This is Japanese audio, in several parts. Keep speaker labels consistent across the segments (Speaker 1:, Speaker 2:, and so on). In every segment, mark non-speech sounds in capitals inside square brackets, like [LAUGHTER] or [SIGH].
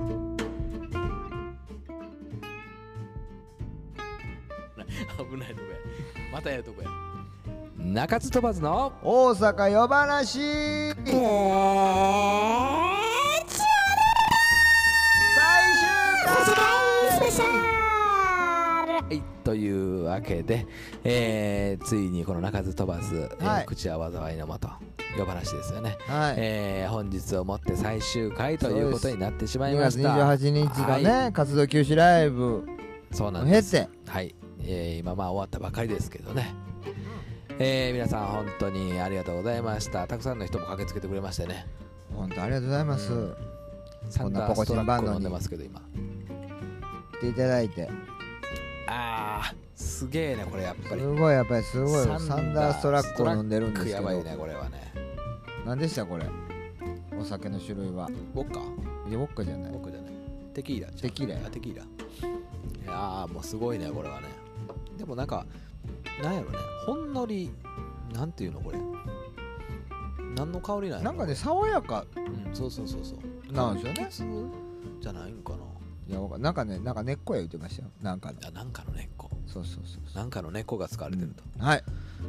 Speaker 1: [LAUGHS] またやるとこや中津飛ばずの
Speaker 2: 大阪夜話最終
Speaker 1: は
Speaker 2: 回
Speaker 1: い、というわけで、えーついにこの鳴かず飛ばず、えー
Speaker 2: はい
Speaker 1: 口は災いのもと呼ばなしですよね、
Speaker 2: はい
Speaker 1: えー本日をもって最終回ということになってしまい
Speaker 2: 2
Speaker 1: ま
Speaker 2: 月
Speaker 1: した
Speaker 2: 28日がね、
Speaker 1: は
Speaker 2: 活動休止ライブ
Speaker 1: いそうな
Speaker 2: を
Speaker 1: んで
Speaker 2: 経
Speaker 1: す
Speaker 2: て
Speaker 1: はい、えー今まあ終わったばかりですけどね、えー皆さん本当にありがとうございましたたくさんの人も駆けつけてくれましてね
Speaker 2: 本当ありがとうございます、
Speaker 1: うんサ
Speaker 2: こ
Speaker 1: ン
Speaker 2: んな
Speaker 1: ダー
Speaker 2: ポコ
Speaker 1: スト
Speaker 2: チン
Speaker 1: ラ
Speaker 2: バ
Speaker 1: ッ
Speaker 2: ン
Speaker 1: ク
Speaker 2: ド
Speaker 1: を
Speaker 2: に
Speaker 1: 飲んでますけど今
Speaker 2: 来ていただいて
Speaker 1: あーすげえねこれやっぱり
Speaker 2: すごいやっぱりすごいよサンダーストラックを飲んでるんですけど
Speaker 1: サンダーストラックやばいねこれはね
Speaker 2: 何でしたこれお酒の種類は
Speaker 1: ウォッカ
Speaker 2: いやウォッカじゃない
Speaker 1: 僕じゃないテキーラ
Speaker 2: テキーラや
Speaker 1: あテキーラいやーもうすごいねこれはねでもなんかなんやろねほんのりなんていうのこれ何の香りなんや
Speaker 2: な
Speaker 1: ろ
Speaker 2: んかね爽やか
Speaker 1: うん、そうそうそうそう
Speaker 2: なんですよね
Speaker 1: すじゃないんかない
Speaker 2: やわかなんかねなんか根っこや言ってましたよなんかの
Speaker 1: あなんかの根っこ
Speaker 2: そうそうそうそ
Speaker 1: なんかの根っこが使われてると、
Speaker 2: うはい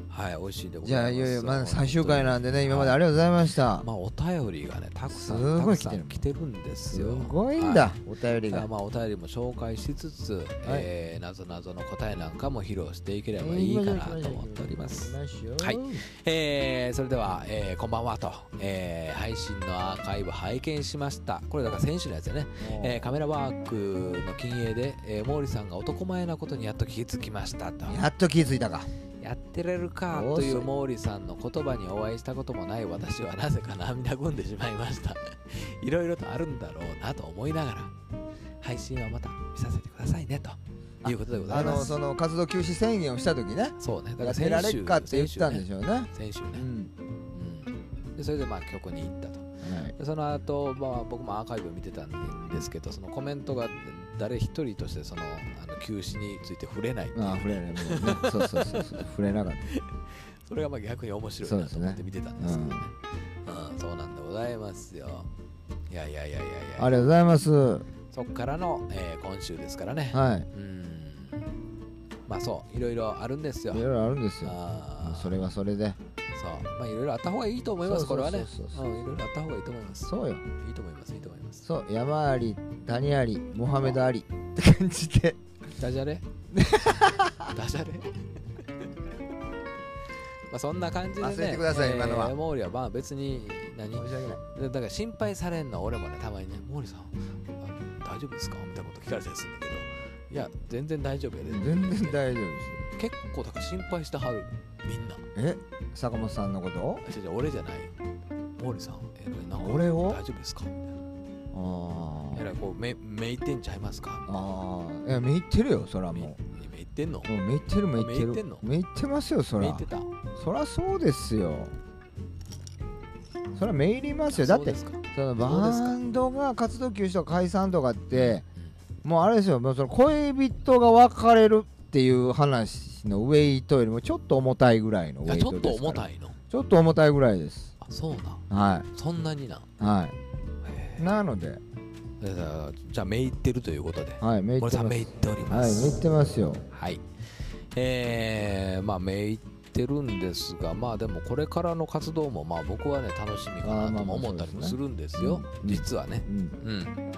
Speaker 1: はい美味しいんでござ
Speaker 2: じゃあ
Speaker 1: います
Speaker 2: いよいよまだ最終回
Speaker 1: な
Speaker 2: なんでね今までありがとうございました
Speaker 1: まあお便りがねたくさ
Speaker 2: す
Speaker 1: んた
Speaker 2: ご
Speaker 1: く
Speaker 2: い来
Speaker 1: さ
Speaker 2: てる
Speaker 1: ん来てるんです
Speaker 2: す
Speaker 1: よ
Speaker 2: ごいん
Speaker 1: は
Speaker 2: だお便り
Speaker 1: い
Speaker 2: が
Speaker 1: まあ、お便りも紹介しつつ、えー、なぞなぞの答えなんかも披露していければいいかなと思っております。はいえー、それでは、えー、こんばんはと、えー、配信のアーカイブ拝見しました。これだから選手のやつやね。えーカメラワークの禁営で、えー、毛利さんが男前なことにやっと気づきましたと。
Speaker 2: やっと気づいたか
Speaker 1: やってられるか
Speaker 2: 遅
Speaker 1: と
Speaker 2: い
Speaker 1: いう毛利さんの言葉にお会いしたこともない私はなぜか涙ぐんでしまいました [LAUGHS] いろいろとあるんだろうなと思いながら配信はまた見させてくださいねということでござ
Speaker 2: あ
Speaker 1: いま
Speaker 2: の
Speaker 1: す
Speaker 2: その活動休止宣言をした時ね
Speaker 1: そうねだか
Speaker 2: や
Speaker 1: ら
Speaker 2: ってら
Speaker 1: 先
Speaker 2: れっ
Speaker 1: 週
Speaker 2: かって言ったんで
Speaker 1: ね
Speaker 2: しょうね
Speaker 1: 先週ね
Speaker 2: う、ん
Speaker 1: うんでそれでまあ曲に行ったと
Speaker 2: はい
Speaker 1: でその後、まあ僕もアーカイブ見てたんですけどそのコメントが誰一人としてそのあの休止について触れないっていう
Speaker 2: ああ触れないもうねそうそうそうそう触れ
Speaker 1: [LAUGHS]
Speaker 2: なかっ
Speaker 1: それがまあ逆に面白いなと思って見てたんですけどね。うん、そうなんでございますよ。いやいやいやいやい
Speaker 2: た
Speaker 1: や。
Speaker 2: ありがとうございますは
Speaker 1: そっからの、えー今週ですからね。
Speaker 2: い
Speaker 1: うん。まあそう、いろいろあるんですよ
Speaker 2: い。ろいろあるんですよ
Speaker 1: あ
Speaker 2: もう
Speaker 1: あ、
Speaker 2: それはそれで
Speaker 1: そう。まあいろいろあった方がいいと思います、
Speaker 2: そ
Speaker 1: こ
Speaker 2: う
Speaker 1: れは
Speaker 2: そう
Speaker 1: ね。
Speaker 2: そう
Speaker 1: う、
Speaker 2: そうん
Speaker 1: いろいろあった方がいいと思います。
Speaker 2: そうよ
Speaker 1: いいと思います、いいと思います。
Speaker 2: そう山あり谷ありモハメドありって感じで
Speaker 1: ダジャレ [LAUGHS] ダジャレ [LAUGHS] まあそんな感じでね。
Speaker 2: 忘れてください今のは
Speaker 1: えー毛利はまあ別に何
Speaker 2: 申し訳ない
Speaker 1: でだから心配されんの俺もねたまにね「毛利さんあ大丈夫ですか?」みたいなこと聞かれたりするんだけど「いや全然大丈夫やで」
Speaker 2: 全然大丈夫です
Speaker 1: 結構だから心配してはるみんな
Speaker 2: え坂本さんのこと
Speaker 1: あ違う違う俺じゃない毛利さんえなんか
Speaker 2: 俺を
Speaker 1: 大丈夫ですか?」みたいなえ
Speaker 2: あ
Speaker 1: らいこう目目いってんちゃいますか?」
Speaker 2: ああいやめいってるよそら
Speaker 1: みた
Speaker 2: も
Speaker 1: いな目いってんの
Speaker 2: うもうめいってるめいって
Speaker 1: めいって
Speaker 2: る
Speaker 1: んの
Speaker 2: めいってますよそ
Speaker 1: 目いっ
Speaker 2: ら
Speaker 1: てた
Speaker 2: そらそうですよそらめいりますよだ
Speaker 1: あそう
Speaker 2: って
Speaker 1: ですかそう
Speaker 2: その
Speaker 1: ですか
Speaker 2: バンドが活動休止とか解散とかって
Speaker 1: うん
Speaker 2: もうあれですよもうその恋人が別れるっていう話のウェイトよりもちょっと重たいぐらいのウ
Speaker 1: いや
Speaker 2: ェイ
Speaker 1: ちょっ
Speaker 2: ト
Speaker 1: と
Speaker 2: ですから
Speaker 1: 重たいの
Speaker 2: ちょっと重たいぐらいです
Speaker 1: あそうなん
Speaker 2: は
Speaker 1: そんなにない
Speaker 2: は
Speaker 1: へ
Speaker 2: いなので
Speaker 1: えだからじゃあ目いってるということで
Speaker 2: はいめいっ
Speaker 1: 毛利
Speaker 2: て
Speaker 1: さん
Speaker 2: ま
Speaker 1: 目い
Speaker 2: す
Speaker 1: っておりま
Speaker 2: はい
Speaker 1: す
Speaker 2: めいってますよ
Speaker 1: はい。えー、まあ、めいってるんですが、まあでもこれからの活動も、まあ僕はね、楽しみか
Speaker 2: あ
Speaker 1: な
Speaker 2: ーまあ
Speaker 1: と
Speaker 2: ま
Speaker 1: も
Speaker 2: あ
Speaker 1: 思ったりも
Speaker 2: そ
Speaker 1: す
Speaker 2: うで
Speaker 1: る
Speaker 2: すね
Speaker 1: んですよ、
Speaker 2: うん
Speaker 1: 実はね。
Speaker 2: うん
Speaker 1: うん。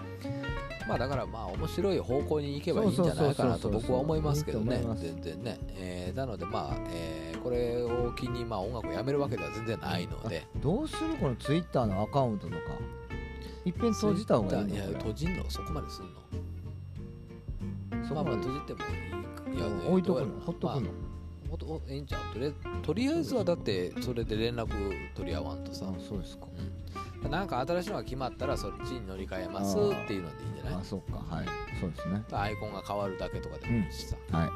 Speaker 1: まあだからまあ面白い方向に行けばいいんじゃないかなと
Speaker 2: そうそうそうそうそう
Speaker 1: 僕は思いますけど
Speaker 2: いい
Speaker 1: ね
Speaker 2: と思います
Speaker 1: 全然ね、えーなのでまあ、えーこれを機にまあ音楽をやめるわけでは全然ないので
Speaker 2: どうするこのツイッターのアカウントとか一遍閉じた方がいいの
Speaker 1: いや
Speaker 2: こ
Speaker 1: 閉じんのそこまですんの
Speaker 2: れそ
Speaker 1: まあ
Speaker 2: こ
Speaker 1: まあ
Speaker 2: まで
Speaker 1: 閉じてもいいかいや
Speaker 2: 置いとく
Speaker 1: どうやろう
Speaker 2: の
Speaker 1: な
Speaker 2: ほっと
Speaker 1: まあ
Speaker 2: くの
Speaker 1: おとおええんちゃうとりあえずとりあえずはだってそれで連絡取り合わんとさ、
Speaker 2: あそうですか
Speaker 1: うん、なんか新しいのが決まったらそっちに乗り換えます
Speaker 2: あー
Speaker 1: っていうのでいいんじゃない
Speaker 2: あそうかはいそうですね
Speaker 1: アイコンが変わるだけとかでもいいしさ、
Speaker 2: はい
Speaker 1: うん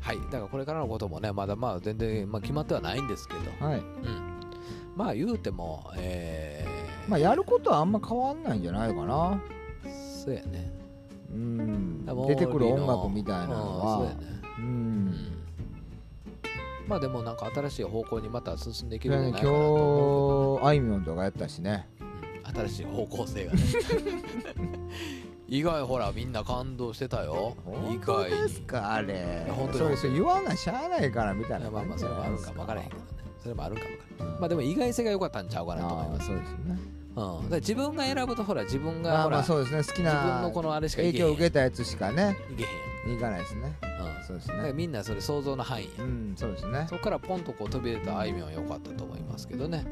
Speaker 1: はいだからこれからのこともねまだまあ全然、まあ、決まってはないんですけど、
Speaker 2: はい
Speaker 1: うん、まあ言うてもえー、
Speaker 2: まあやることはあんま変わんないんじゃないかな
Speaker 1: そうやね
Speaker 2: うん
Speaker 1: だから
Speaker 2: 出てく
Speaker 1: モー
Speaker 2: る
Speaker 1: リー
Speaker 2: 音
Speaker 1: の
Speaker 2: 楽みたいな
Speaker 1: う
Speaker 2: の
Speaker 1: ん
Speaker 2: は
Speaker 1: そうやね
Speaker 2: う
Speaker 1: うんんまあでもなんか新しい方向にまた進んでいけ
Speaker 2: そ
Speaker 1: る
Speaker 2: れ
Speaker 1: んじゃな
Speaker 2: ね
Speaker 1: いかなと思うけど
Speaker 2: 今日あいみょんとかやったしね
Speaker 1: うん新しい方向性がね以外ほらみんな感動してたよ意
Speaker 2: 本当
Speaker 1: 外
Speaker 2: です
Speaker 1: に
Speaker 2: かあれ
Speaker 1: いや本当に
Speaker 2: そうそう言わなしゃあないからみたい
Speaker 1: い
Speaker 2: な
Speaker 1: やまあまあそれもあるんかも分からへんけ
Speaker 2: ん
Speaker 1: どねそれもあるんかも分からへんまあでも意外性が良かったんちゃうかなと思います
Speaker 2: そうですね
Speaker 1: うん、だから自分が選ぶとほら自分が
Speaker 2: ま
Speaker 1: ほ
Speaker 2: あま
Speaker 1: ら
Speaker 2: あそうですね好き
Speaker 1: 自分の
Speaker 2: な
Speaker 1: このあれしかい
Speaker 2: 影
Speaker 1: けへ
Speaker 2: 響
Speaker 1: ん
Speaker 2: を受けたやつしかね
Speaker 1: いけへん、
Speaker 2: いかないですね
Speaker 1: うん、だ
Speaker 2: そうです
Speaker 1: から
Speaker 2: ね
Speaker 1: みんなそれ想像の範囲
Speaker 2: う
Speaker 1: や
Speaker 2: んそうですね
Speaker 1: そこからポンとこう飛び出たあいみょんは良かったと思いますけどね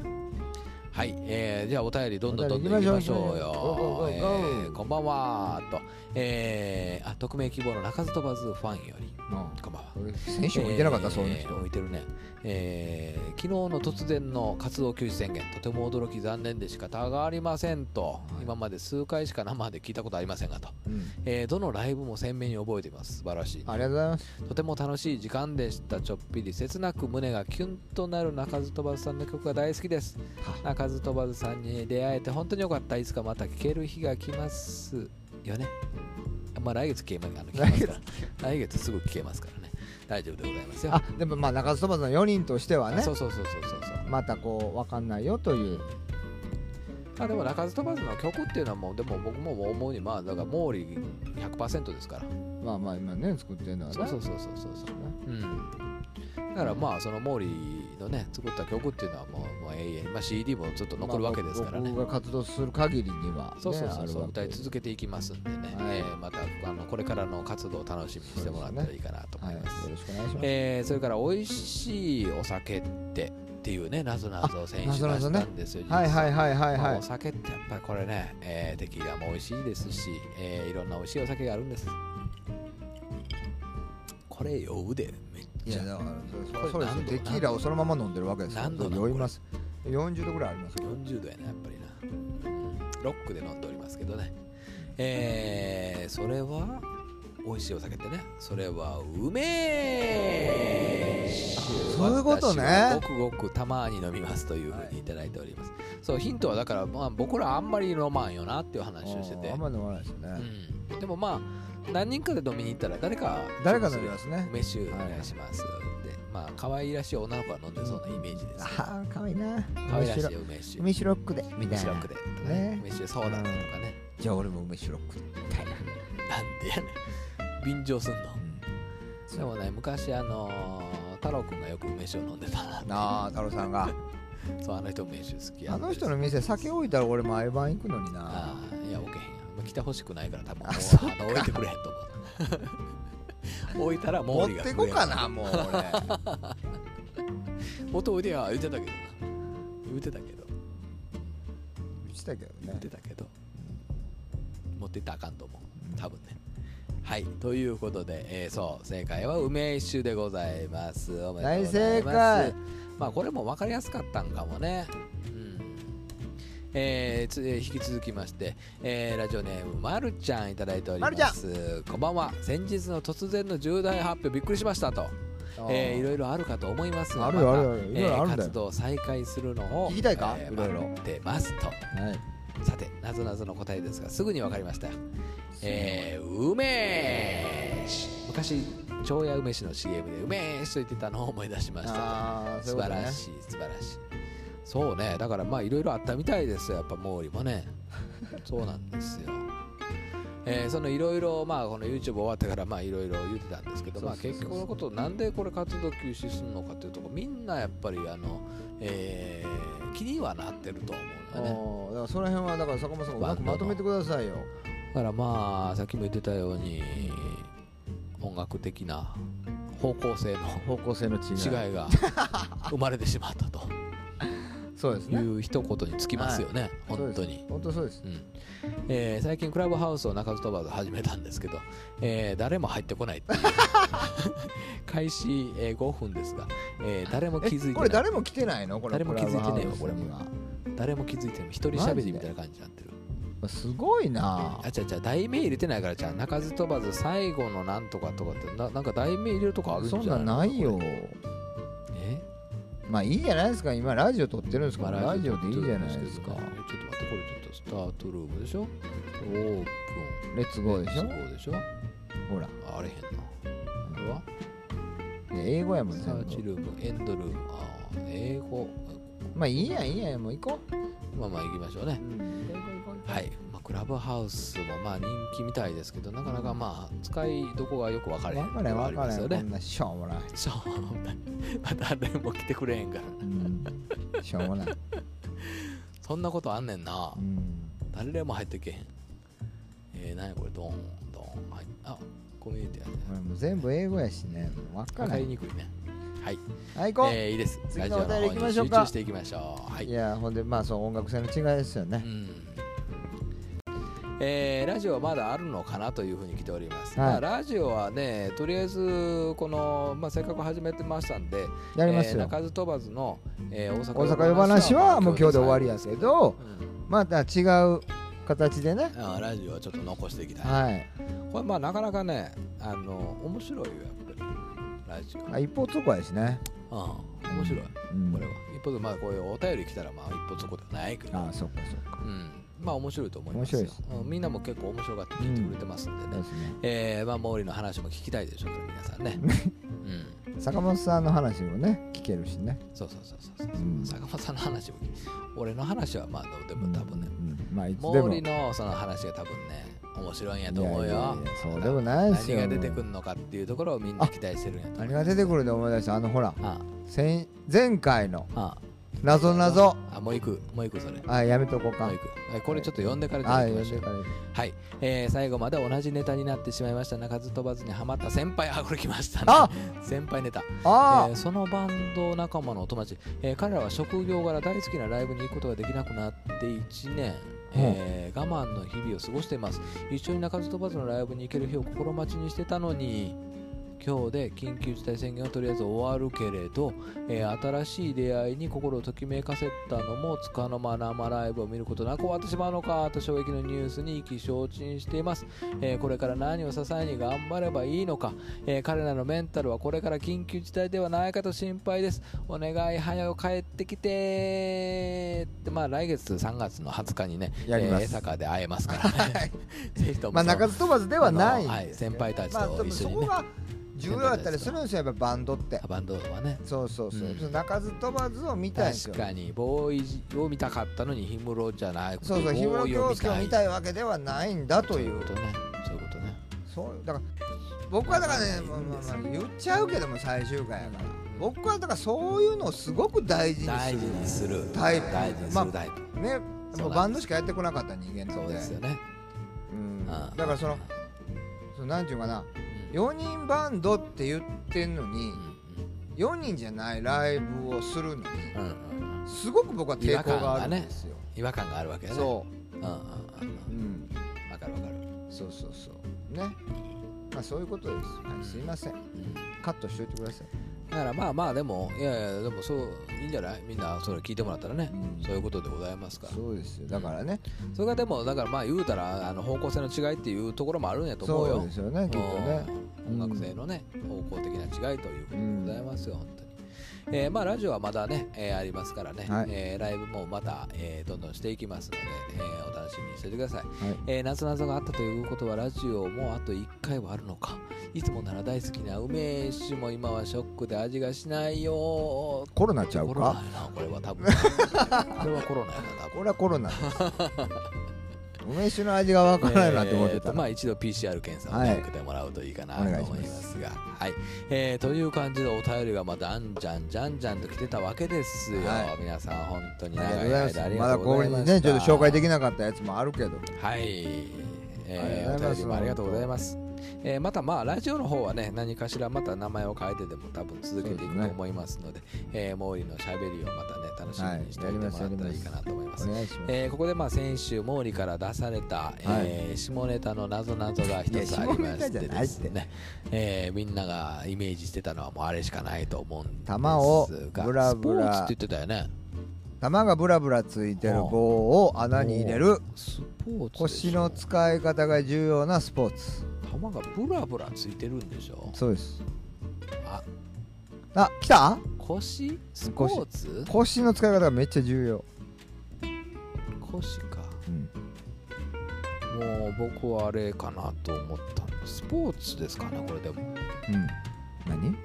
Speaker 1: はい、えー、じゃあお便りどんどんどんどんいきましょう
Speaker 2: お
Speaker 1: よ、
Speaker 2: 便
Speaker 1: え
Speaker 2: り行きましょう行きましょう
Speaker 1: ー、こんばんはとえー、あ匿名希望の鳴かず飛ばずファンより
Speaker 2: うん
Speaker 1: こんばんは
Speaker 2: 俺選手もいてなかったそういう
Speaker 1: えー
Speaker 2: 人
Speaker 1: 置いてるね、えー昨日の突然の活動休止宣言とても驚き残念で仕方がありませんと、
Speaker 2: い
Speaker 1: 今まで数回しか生で聞いたことありませんがと、
Speaker 2: うん
Speaker 1: えーどのライブも鮮明に覚えています素晴らしい
Speaker 2: ありがとうございます
Speaker 1: とても楽しい時間でしたちょっぴり切なく胸がキュンとなる鳴かず飛ばずさんの曲が大好きです鳴かず飛ばずさんに出会えて本当によかったいつかまた聴ける日が来ますよねあまあ来月消えまあの聞けますから来月すぐ聞けますからね大丈夫でございますよ
Speaker 2: あでもまあ中津飛ばずの4人としては
Speaker 1: あ
Speaker 2: ね
Speaker 1: そうそうそうそうそうそう
Speaker 2: またこうわかんないよという
Speaker 1: あでも鳴かず飛ばずの曲っていうのはもうでも僕も思うにまあだから毛利100%ですから、
Speaker 2: まあまあ今ね作ってるのはね
Speaker 1: そうそうそうそうそうそううんだからまあその毛利のね作った曲っていうのはもうもう永遠に、まあ、CD もずっと残るわけですからね、
Speaker 2: まあ僕が活動する限りにはね
Speaker 1: そうそうそ
Speaker 2: あ
Speaker 1: う
Speaker 2: る
Speaker 1: そう、
Speaker 2: わけ
Speaker 1: 歌い続けていきますんでね、
Speaker 2: はい
Speaker 1: えーまたあのこれからの活動を楽しみにしてもらったらいいかなと思
Speaker 2: はい
Speaker 1: い
Speaker 2: よ
Speaker 1: ます、
Speaker 2: ろしくお願いします
Speaker 1: えーそれから美味しいお酒ってっていうね謎謎を選手出したんですよ、
Speaker 2: はいはいいはいはい
Speaker 1: まあ
Speaker 2: は
Speaker 1: お
Speaker 2: い
Speaker 1: 酒ってやっぱりこれね、えー、テキーラも美味しいですし、えーいろんな美味しいお酒があるんですこれ酔うでめっ
Speaker 2: い
Speaker 1: ちゃ
Speaker 2: やだから
Speaker 1: これ
Speaker 2: そうです
Speaker 1: 何度
Speaker 2: よテキーラをそのまま飲んでるわけですよ
Speaker 1: 何度なの
Speaker 2: 酔います40度ぐらいありますよ
Speaker 1: 40度やなやっぱりなうんロックで飲んでおりますけどねえー、それは美味しいお酒ってねそれはうめえ
Speaker 2: そういうことね
Speaker 1: 私はごくごくたまに飲みますというふうにいただいております、そうヒントはだから、まあ、僕らあんまり飲まんよなっていう話をしてて
Speaker 2: あんまり飲まないですよね
Speaker 1: うんでもまあ何人かで飲みに行ったら誰か
Speaker 2: 誰か飲みますね
Speaker 1: 梅酒お願いしますでまあ可愛らしい女の子が飲んでそうなイメージですね
Speaker 2: ああかわいいな
Speaker 1: 可愛らしい
Speaker 2: 白
Speaker 1: 梅酒
Speaker 2: 梅シロックでみ
Speaker 1: 梅
Speaker 2: たい
Speaker 1: 酒ロッ
Speaker 2: な
Speaker 1: クでとかね
Speaker 2: ね
Speaker 1: 梅酒ソーダでとかね
Speaker 2: じゃあ俺も梅シロックでみたい
Speaker 1: な
Speaker 2: な
Speaker 1: んでやねん便乗すんのでもね昔あのー太郎くんがよく梅酒を飲んでたな
Speaker 2: なあ太郎さんが
Speaker 1: そうあの人梅酒好きや
Speaker 2: あ
Speaker 1: んです
Speaker 2: の人の店酒置いたら俺毎晩行くのにな
Speaker 1: ああいや置けへんやんまあ来てほしくないから多分
Speaker 2: あ
Speaker 1: もう
Speaker 2: そっか
Speaker 1: あの置いてくれへんと思う [LAUGHS] 置いたら
Speaker 2: 持
Speaker 1: も
Speaker 2: っ
Speaker 1: う
Speaker 2: てこかなもう俺
Speaker 1: [LAUGHS] 音おいでや言ってたけどな言ってたけど
Speaker 2: 言ってたけど
Speaker 1: 言
Speaker 2: ね
Speaker 1: ってたけど持ってったらあかんと思う多分ねはいということで、えーそう正解は梅酒でございますおめでとうございます
Speaker 2: 大正解
Speaker 1: まあこれも分かりやすかったんかもねうんえーつえー引き続きまして、えーラジオネームまるちゃんいただいております、こんばんは先日の突然の重大発表びっくりしましたと、えーいろいろあるかと思いますが
Speaker 2: あるよ
Speaker 1: また
Speaker 2: あるよいろいろあるんだよ
Speaker 1: えー活動を再開するのを
Speaker 2: 聞きたいか
Speaker 1: え
Speaker 2: いろいろ
Speaker 1: ー待ってますと
Speaker 2: はい
Speaker 1: さてなぞなぞの答えですがすぐに分かりましたえー、梅酒昔長屋梅酒の CM で梅酒と言ってたのを思い出しました
Speaker 2: ああ
Speaker 1: 素
Speaker 2: そういうこ
Speaker 1: 晴
Speaker 2: とね
Speaker 1: らしい素晴らしいそうねだからまあいろいろあったみたいですよやっぱ毛利もね [LAUGHS] そうなんですよえーそのいろいろまあこの YouTube 終わってからまあいろいろ言ってたんですけど
Speaker 2: そう
Speaker 1: ま
Speaker 2: そ
Speaker 1: あ
Speaker 2: うそうそう
Speaker 1: 結局のことなんでこれ活動休止するのかっていうとこみんなやっぱりあの、えー気にはなってると思うんだよね
Speaker 2: おーだからその辺はだから坂本さんうまくまとめてくださいよ
Speaker 1: だからまあさっきも言ってたように音楽的な方向性の
Speaker 2: 方向性の違い
Speaker 1: 違いが生まれてしまったと
Speaker 2: そうです
Speaker 1: い
Speaker 2: ね
Speaker 1: う一言につきますよね、本当
Speaker 2: そうです
Speaker 1: に。
Speaker 2: 本当そうです
Speaker 1: うんえー最近クラブハウスを鳴かず飛ばず始めたんですけど、えー誰も入ってこないっていう [LAUGHS] 開始、えー5分ですが、えー誰も気づいて
Speaker 2: え
Speaker 1: ない
Speaker 2: これ誰も来てないのこれ
Speaker 1: 誰も気づいてねえわ
Speaker 2: クラブハウス
Speaker 1: 誰も気づいてない一人喋りみたいな感じになってる
Speaker 2: にはすごいな
Speaker 1: あ、違う違う、題名入れてないから、じゃあ、鳴かず飛ばず最後のなんとかとかって、ななんか題名入れるとかあるんじゃ
Speaker 2: そ
Speaker 1: ない
Speaker 2: んなんないよ
Speaker 1: え
Speaker 2: まあいいじゃないですか今ラジオ撮ってるんですから
Speaker 1: まあ
Speaker 2: ラジオでいいじゃないです
Speaker 1: ラジ
Speaker 2: か
Speaker 1: オ撮ってるんですけどねちょっと待って、これちょっとスタートルームでしょオープ
Speaker 2: レッツ
Speaker 1: ン。
Speaker 2: ゴーでしょ
Speaker 1: レッツゴーでしょ
Speaker 2: ほら
Speaker 1: ああれへんな。これはい
Speaker 2: や英語やもん
Speaker 1: サー
Speaker 2: 全
Speaker 1: チ
Speaker 2: 部
Speaker 1: ルーム、エンドルーム、あー英語。
Speaker 2: まあいいやいいやもう行こう
Speaker 1: まあまあ行きましょうね。はいまあ、クラブハウスもまあ人気みたいですけどなかなかまあ使いどこがよく分かれへん
Speaker 2: 分かれ
Speaker 1: と
Speaker 2: ん
Speaker 1: こあ
Speaker 2: 分
Speaker 1: り
Speaker 2: か
Speaker 1: ま
Speaker 2: れ
Speaker 1: す
Speaker 2: ん
Speaker 1: よ
Speaker 2: こ
Speaker 1: ね
Speaker 2: ん。なしょうもない、
Speaker 1: そうまた誰も来てくれへんから
Speaker 2: うん、しょうもない、
Speaker 1: そんなことあんねんな
Speaker 2: うん、
Speaker 1: 誰でも入ってけへんえー、何やこれドーンドーンはいあコミュニティやね
Speaker 2: 俺もう全部英語やしね分
Speaker 1: 分
Speaker 2: から
Speaker 1: か
Speaker 2: へ
Speaker 1: り
Speaker 2: ん
Speaker 1: にくいねはい
Speaker 2: はい行こう、
Speaker 1: えーいいです
Speaker 2: 次
Speaker 1: ラジ
Speaker 2: の
Speaker 1: オの
Speaker 2: お便り
Speaker 1: 方
Speaker 2: 行きま
Speaker 1: に
Speaker 2: しょ
Speaker 1: 集
Speaker 2: うか
Speaker 1: 中していきましょうはい
Speaker 2: いやほんでまあそう音楽性の違いですよね
Speaker 1: うんえーラジオはまだあるのかなというふうに来ております、
Speaker 2: はい
Speaker 1: まあラジオはねとりあえずこの、まあ、せっかく始めてましたんで
Speaker 2: やります
Speaker 1: えー
Speaker 2: よ、
Speaker 1: 鳴かず飛ばずの、えー大阪
Speaker 2: 大阪夜話はもう今日で終わり
Speaker 1: や、
Speaker 2: やけど
Speaker 1: うん
Speaker 2: また違う形でね
Speaker 1: あーラジオはちょっと残していきたい
Speaker 2: はい
Speaker 1: これまあなかなかねあの面白いよやっぱりラジオ、
Speaker 2: あ一方通行やしね、
Speaker 1: うん、面白い
Speaker 2: うん
Speaker 1: これは一方でまあこういうお便り来たらまあ一歩そこではないけど
Speaker 2: ああそっかそっか
Speaker 1: うんまあ面白いと思いますよ
Speaker 2: 面白い
Speaker 1: うんみんなも結構面白がって聞いてくれてますんでね、
Speaker 2: ですね
Speaker 1: えー、まあ毛利の話も聞きたいでしょうと皆さん
Speaker 2: [LAUGHS]
Speaker 1: ねうん
Speaker 2: 坂本さんの話もね聞けるしね
Speaker 1: そうそうそうそうそう、
Speaker 2: うん
Speaker 1: 坂本さんの話も聞き俺の話はまあどうでも多分ね
Speaker 2: うんまあいつでも
Speaker 1: 毛利のその話が多分ね面白いんやと思うよ
Speaker 2: いやいやいやそうでもないですよ
Speaker 1: 何が出てくるのかっていうところをみんな期待してるんやと思い
Speaker 2: 何
Speaker 1: ま
Speaker 2: が
Speaker 1: す
Speaker 2: 出てくるで思い出したあのほら
Speaker 1: あ
Speaker 2: 先前回の
Speaker 1: ああ
Speaker 2: なぞなぞ
Speaker 1: あもう行くもう行くそれも
Speaker 2: あやめとこうか
Speaker 1: う行くえこれちょっと読んでからじゃ
Speaker 2: あ
Speaker 1: あ行
Speaker 2: や
Speaker 1: き
Speaker 2: め
Speaker 1: ましょう
Speaker 2: てから
Speaker 1: はい、えー最後まで同じネタになってしまいました鳴かず飛ばずにハマった先輩あこれ来ましたね
Speaker 2: あ
Speaker 1: 先輩ネタ
Speaker 2: あ
Speaker 1: えーそのバンド仲間のお友達、えー彼らは職業柄大好きなライブに行くことができなくなって1年、えー我慢の日々を過ごしています一緒に鳴かず飛ばずのライブに行ける日を心待ちにしてたのに今日で緊急事態宣言はとりあえず終わるけれど、えー新しい出会いに心をときめかせたのもつかの間生ライブを見ることなく終わってしまうのかと衝撃のニュースに意気消沈しています、えーこれから何を支えに頑張ればいいのか、えー彼らのメンタルはこれから緊急事態ではないかと心配ですお願い早く帰ってきてってまあ来月3月の20日にね
Speaker 2: やります
Speaker 1: えー江坂で会えますからね [LAUGHS] ぜひとも
Speaker 2: まあ
Speaker 1: その
Speaker 2: 鳴かず飛ばずではない
Speaker 1: あのはい先輩たちと
Speaker 2: まあでも
Speaker 1: 一緒
Speaker 2: そ
Speaker 1: にね
Speaker 2: こが重要だったりするんですよやっぱバンドって
Speaker 1: バンドはね
Speaker 2: そうそうそううんその鳴かず飛ばずを見たいんです
Speaker 1: 確
Speaker 2: よ
Speaker 1: かにボーイを見たかったのに氷室じゃなくて
Speaker 2: そうそう氷
Speaker 1: ボー
Speaker 2: 室
Speaker 1: イを
Speaker 2: 京
Speaker 1: 見
Speaker 2: 介を
Speaker 1: たい
Speaker 2: 見たいわけではないんだと
Speaker 1: と
Speaker 2: い
Speaker 1: いううことねそういうことね
Speaker 2: そうだから僕はだからね、まあまあまあ言っちゃうけども最終回やから僕はだからそういうのをすごく大事にす
Speaker 1: 大
Speaker 2: る
Speaker 1: 事にする
Speaker 2: タイプ
Speaker 1: 大事にするタイプ、
Speaker 2: ねもうバンドしかやってこなかった人間な
Speaker 1: そ
Speaker 2: ん
Speaker 1: う
Speaker 2: で
Speaker 1: ですよね、
Speaker 2: うん、
Speaker 1: うん
Speaker 2: だからそのそのなんていうかな4人バンドって言ってんのに4人じゃないライブをするのに
Speaker 1: うんうんうん
Speaker 2: すごく僕は抵抗があるんですよ、
Speaker 1: 違和感があるわけだね
Speaker 2: そ
Speaker 1: うんうんうん
Speaker 2: う、う
Speaker 1: う
Speaker 2: ん、
Speaker 1: んわかるわかる、
Speaker 2: そうそうそうねまあそういうことです、はい、すいません
Speaker 1: うん
Speaker 2: カットしといてください、
Speaker 1: だからまあまあでもいやいやでもそういいんじゃないみんなそれ聞いてもらったらね、
Speaker 2: うん
Speaker 1: そういうことでございますから
Speaker 2: そうですよだからね、
Speaker 1: それがでもだからまあ言うたらあの方向性の違いっていうところもあるんやと思うよ
Speaker 2: そうですよねきっとね
Speaker 1: うん音楽性のね、方向的な違いということでございますよ、本当に。えーまあ、ラジオはまだね、えーありますからね、
Speaker 2: はい
Speaker 1: えーライブもまた、えーどんどんしていきますので、えーお楽しみにしていてください。
Speaker 2: はい
Speaker 1: えー、なぞなぞがあったということはラジオもあと1回はあるのかいつもなら大好きな梅酒も今はショックで味がしないよ
Speaker 2: コロナちゃう
Speaker 1: コロナや
Speaker 2: か
Speaker 1: なこれは多分これはコロナやな多分
Speaker 2: これはコロナです梅酒の味がわからないなって思って
Speaker 1: えー
Speaker 2: た
Speaker 1: とまあ一度 PCR 検査を
Speaker 2: は
Speaker 1: ね
Speaker 2: い
Speaker 1: 受けてもらうといいかな
Speaker 2: お願い
Speaker 1: と
Speaker 2: し
Speaker 1: 思
Speaker 2: ま
Speaker 1: い
Speaker 2: す
Speaker 1: ますが、はいえーという感じでお便りがまあだんじゃんじゃんじゃんと来てたわけですよ、
Speaker 2: はい
Speaker 1: 皆さん本当に
Speaker 2: ありが
Speaker 1: 長
Speaker 2: とうご
Speaker 1: い
Speaker 2: ざいます
Speaker 1: 間あり
Speaker 2: ま
Speaker 1: が
Speaker 2: だ
Speaker 1: とうご
Speaker 2: こ
Speaker 1: ざ
Speaker 2: れ
Speaker 1: いま
Speaker 2: に
Speaker 1: した
Speaker 2: ねちょっと紹介できなかったやつもあるけど
Speaker 1: はい。え
Speaker 2: あ
Speaker 1: ー、
Speaker 2: り
Speaker 1: お便り
Speaker 2: がとうございます
Speaker 1: もありがとうございます。えーまたまあラジオの方はね何かしらまた名前を変えてでも多分続けていく
Speaker 2: そうです
Speaker 1: と
Speaker 2: ね
Speaker 1: 思いますので、えー、毛利のしゃべりをまたね楽しみにしておいてもらったらいいかなと思います
Speaker 2: お。願いします
Speaker 1: えーここでまあ先週毛利から出された、えー下ネタのなぞなぞが一
Speaker 2: いや
Speaker 1: つありまし
Speaker 2: 下ネタ
Speaker 1: て
Speaker 2: じゃない
Speaker 1: で
Speaker 2: っ
Speaker 1: す
Speaker 2: て
Speaker 1: ね、えーみんながイメージしてたのはもうあれしかないと思うんですが
Speaker 2: 玉をぶらぶら
Speaker 1: スポーツって言ってたよね
Speaker 2: 玉がブラブラついてる棒を穴に入れる
Speaker 1: スポーツでしょ
Speaker 2: 腰の使い方が重要なスポーツ
Speaker 1: 玉がブラブラついてるんでしょ
Speaker 2: そうです
Speaker 1: あ
Speaker 2: あ来た
Speaker 1: 腰スポーツ
Speaker 2: 腰の使い方がめっちゃ重要、
Speaker 1: 腰か
Speaker 2: うん、
Speaker 1: もう僕はあれかなと思ったスポーツですかねこれでも
Speaker 2: うん何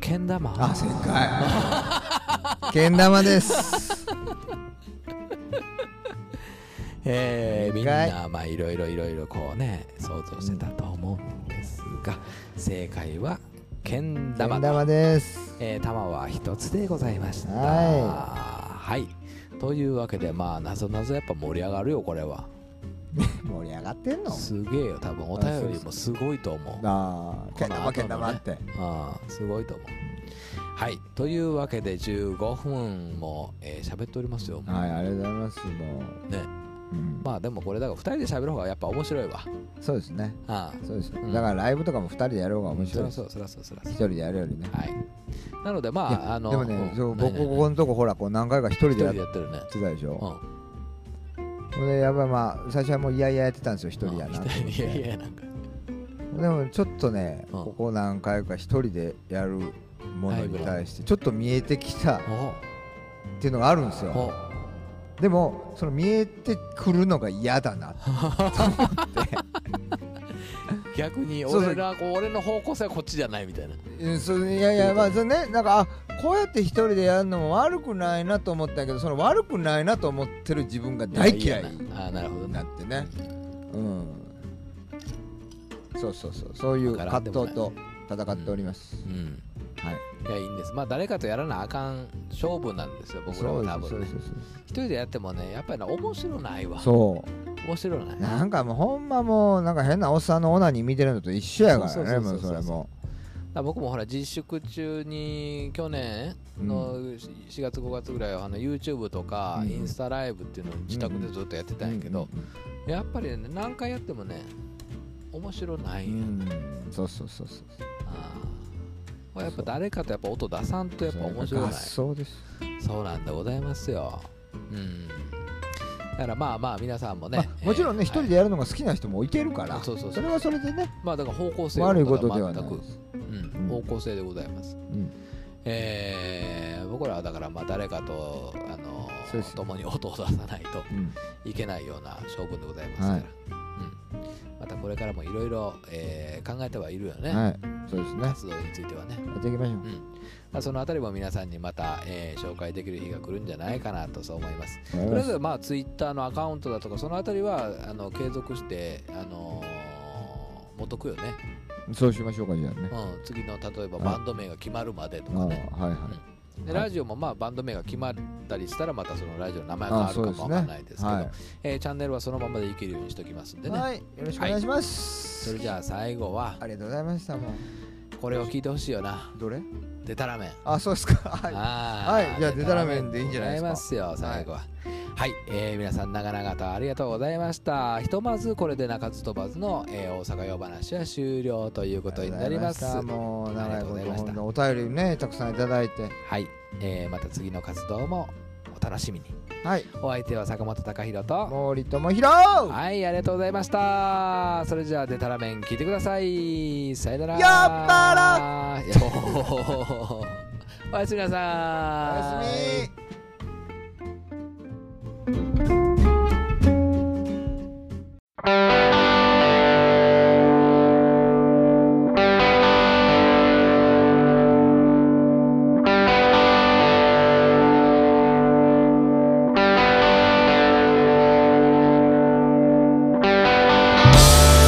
Speaker 1: けん玉 [LAUGHS]
Speaker 2: あ正解けん玉です
Speaker 1: えーみん
Speaker 2: はい
Speaker 1: なまあいろいろいろいろこうね想像してたと思うんですが正解はけん
Speaker 2: け
Speaker 1: 玉
Speaker 2: ん玉です
Speaker 1: えー玉は一つでございました
Speaker 2: は
Speaker 1: はいというわけでまあなぞなぞやっぱ盛り上がるよこれは
Speaker 2: 盛り上がってんの
Speaker 1: すげえよ多分お便りもすごいと思う
Speaker 2: ああけん玉
Speaker 1: こ
Speaker 2: けん
Speaker 1: の後の
Speaker 2: 玉
Speaker 1: ね
Speaker 2: って
Speaker 1: ああすごいと思うはいというわけで15分もえー喋っておりますよ
Speaker 2: はいありがとうございますもう
Speaker 1: ね
Speaker 2: うん
Speaker 1: まあでもこれだから2人で喋る方がやっぱ面白いわ
Speaker 2: そうですね
Speaker 1: ああ
Speaker 2: そうですだ
Speaker 1: ん
Speaker 2: からライブとかも二人でやろうが面
Speaker 1: そ
Speaker 2: 白
Speaker 1: ら
Speaker 2: いです
Speaker 1: そうそらそうそらそ
Speaker 2: 一
Speaker 1: う
Speaker 2: 人でやるよりね
Speaker 1: はいなのでま
Speaker 2: いや
Speaker 1: ああの
Speaker 2: でも
Speaker 1: う
Speaker 2: ね
Speaker 1: ん
Speaker 2: そう
Speaker 1: 何々
Speaker 2: 僕ここのとこほらこう何回か一人
Speaker 1: 一
Speaker 2: でや
Speaker 1: 人
Speaker 2: っ
Speaker 1: で
Speaker 2: て
Speaker 1: やってるね
Speaker 2: たでしょ
Speaker 1: うん
Speaker 2: ほんでやっぱりまあ最初はもういやいややってたんですよ一人やなと思っ
Speaker 1: うんいやい
Speaker 2: て
Speaker 1: やなんか
Speaker 2: でもちょっとね
Speaker 1: うん
Speaker 2: ここ何回か一人でやるものに対してちょっと見えてきたっ
Speaker 1: お
Speaker 2: ていうのがあるんです
Speaker 1: お
Speaker 2: よでもその見えてくるのが嫌だな
Speaker 1: 逆に
Speaker 2: そうそう
Speaker 1: 俺らこう俺の方向性はこっちじゃないみたいな
Speaker 2: うんそれいやいやまあそれねなんかあこうやって一人でやるのも悪くないなと思ったけどその悪くないなと思ってる自分が大嫌い
Speaker 1: ややなあーなるほど
Speaker 2: な
Speaker 1: ね
Speaker 2: ってねうんそうそうそうそういう
Speaker 1: わから
Speaker 2: 葛
Speaker 1: んでもな
Speaker 2: 藤
Speaker 1: い
Speaker 2: と戦っております、
Speaker 1: うん
Speaker 2: はい
Speaker 1: いやいいんですまあ誰かとやらなあかん勝負なんですよ僕ら
Speaker 2: そう
Speaker 1: は多
Speaker 2: ですそう
Speaker 1: 分
Speaker 2: で
Speaker 1: ね
Speaker 2: すそうで
Speaker 1: 一人でやってもねやっぱりな面白ないわ
Speaker 2: すそ
Speaker 1: 面白な
Speaker 2: う
Speaker 1: い
Speaker 2: なんかもうほんまもうなんか変なおっさんのオナニー見てるのと一緒やか
Speaker 1: そう
Speaker 2: らね
Speaker 1: そう
Speaker 2: も
Speaker 1: そううそう
Speaker 2: それも
Speaker 1: だから僕もほら自粛中に去年の4月5月ぐらいはあの YouTube とか
Speaker 2: うん
Speaker 1: インスタライブっていうのを自宅でずっとやってたんやけど、やっぱりね何回やってもね面白な
Speaker 2: う
Speaker 1: いんや、
Speaker 2: ん、うんそうそうそうそう
Speaker 1: あーこれやっぱ誰かとやっぱ音出さんとやっぱ面白ない
Speaker 2: 合奏です
Speaker 1: そうなんでございますようんだからまあまあ皆さんもね、
Speaker 2: まあ、もちろんね、
Speaker 1: えー
Speaker 2: 一人
Speaker 1: はい
Speaker 2: でやるのが好きな人もいてるから、
Speaker 1: そうそうそう
Speaker 2: それはそれでね、
Speaker 1: まあだから方向性
Speaker 2: 悪いことではない
Speaker 1: 全く、うん、方向性でございます
Speaker 2: うん
Speaker 1: えー僕らはだからまあ誰かと、あのー
Speaker 2: そうです
Speaker 1: 共に音を出さないと
Speaker 2: うん
Speaker 1: いけないような性分でございますから、
Speaker 2: はい
Speaker 1: うん、またこれからもいろいろえー考えてはいるよね、
Speaker 2: はい、そうですね、や
Speaker 1: 活動についてはね、
Speaker 2: っていきましょ
Speaker 1: うんまあ、そのあたりも皆さんにまた、えー紹介できる日が来るんじゃないかなとそう思います
Speaker 2: う。
Speaker 1: とりあえずまあツイッターのアカウントだとかそのあたりはあの継続してあのー持っとくよね、
Speaker 2: そうしましょうか、じゃあね。
Speaker 1: うん、次の例えば
Speaker 2: はい
Speaker 1: バンド名が決まるまでと
Speaker 2: あ
Speaker 1: かね、
Speaker 2: あはいはい。
Speaker 1: で
Speaker 2: はい
Speaker 1: ラジオもまあバンド名が決まったりしたらまたそのラジオの名前が
Speaker 2: ああ
Speaker 1: 変わるかもわかんないですけど
Speaker 2: はい
Speaker 1: えーチャンネルはそのままでいけるようにしておきますんでね、
Speaker 2: はい、よろしくお願いします。
Speaker 1: それじゃあ最後は
Speaker 2: ありがとうございました。も
Speaker 1: これを聞いてほしいよな
Speaker 2: うどれ
Speaker 1: でたらめ
Speaker 2: あ、そうですか。 [LAUGHS] はい。
Speaker 1: は
Speaker 2: はいじゃあデタラメンでいいんじゃないですか
Speaker 1: すよ最後ははい、えー皆さん長々とありがとうございましたひとまずこれで中津飛ばずの、えー大阪夜話は終了ということになります
Speaker 2: ありがとうございましたもう
Speaker 1: あり
Speaker 2: 長い
Speaker 1: がとうござい
Speaker 2: こ
Speaker 1: まし
Speaker 2: と
Speaker 1: た
Speaker 2: 本当お便りねたくさんいただいて
Speaker 1: はい、えーまた次の活動もお楽しみに
Speaker 2: はい
Speaker 1: お相手は坂本隆弘と
Speaker 2: 森友博
Speaker 1: はいありがとうございましたそれじゃあデタラメン聞いてくださいさよなら
Speaker 2: やっば
Speaker 1: ら [LAUGHS] おやすみな
Speaker 2: お
Speaker 1: さ
Speaker 2: や
Speaker 1: い
Speaker 2: すみ
Speaker 3: 「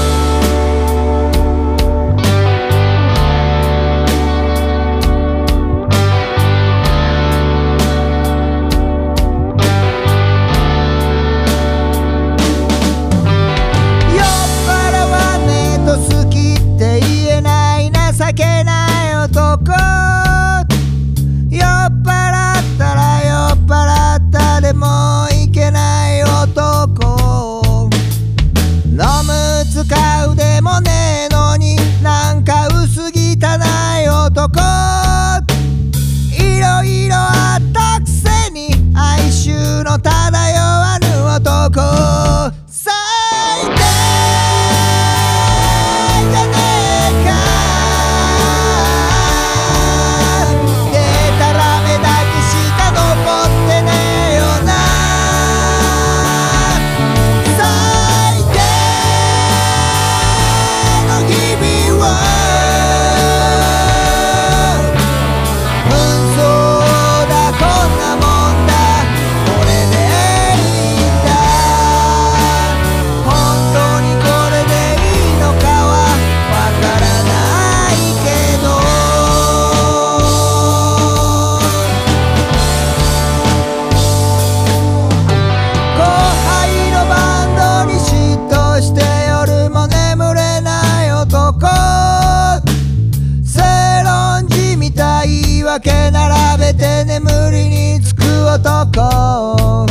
Speaker 1: りにつく男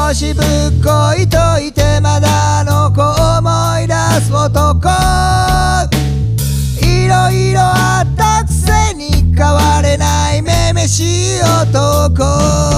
Speaker 1: 愛しぶっこいといてまだあの子思い出す男いろいろあったくせに変われないめめしい男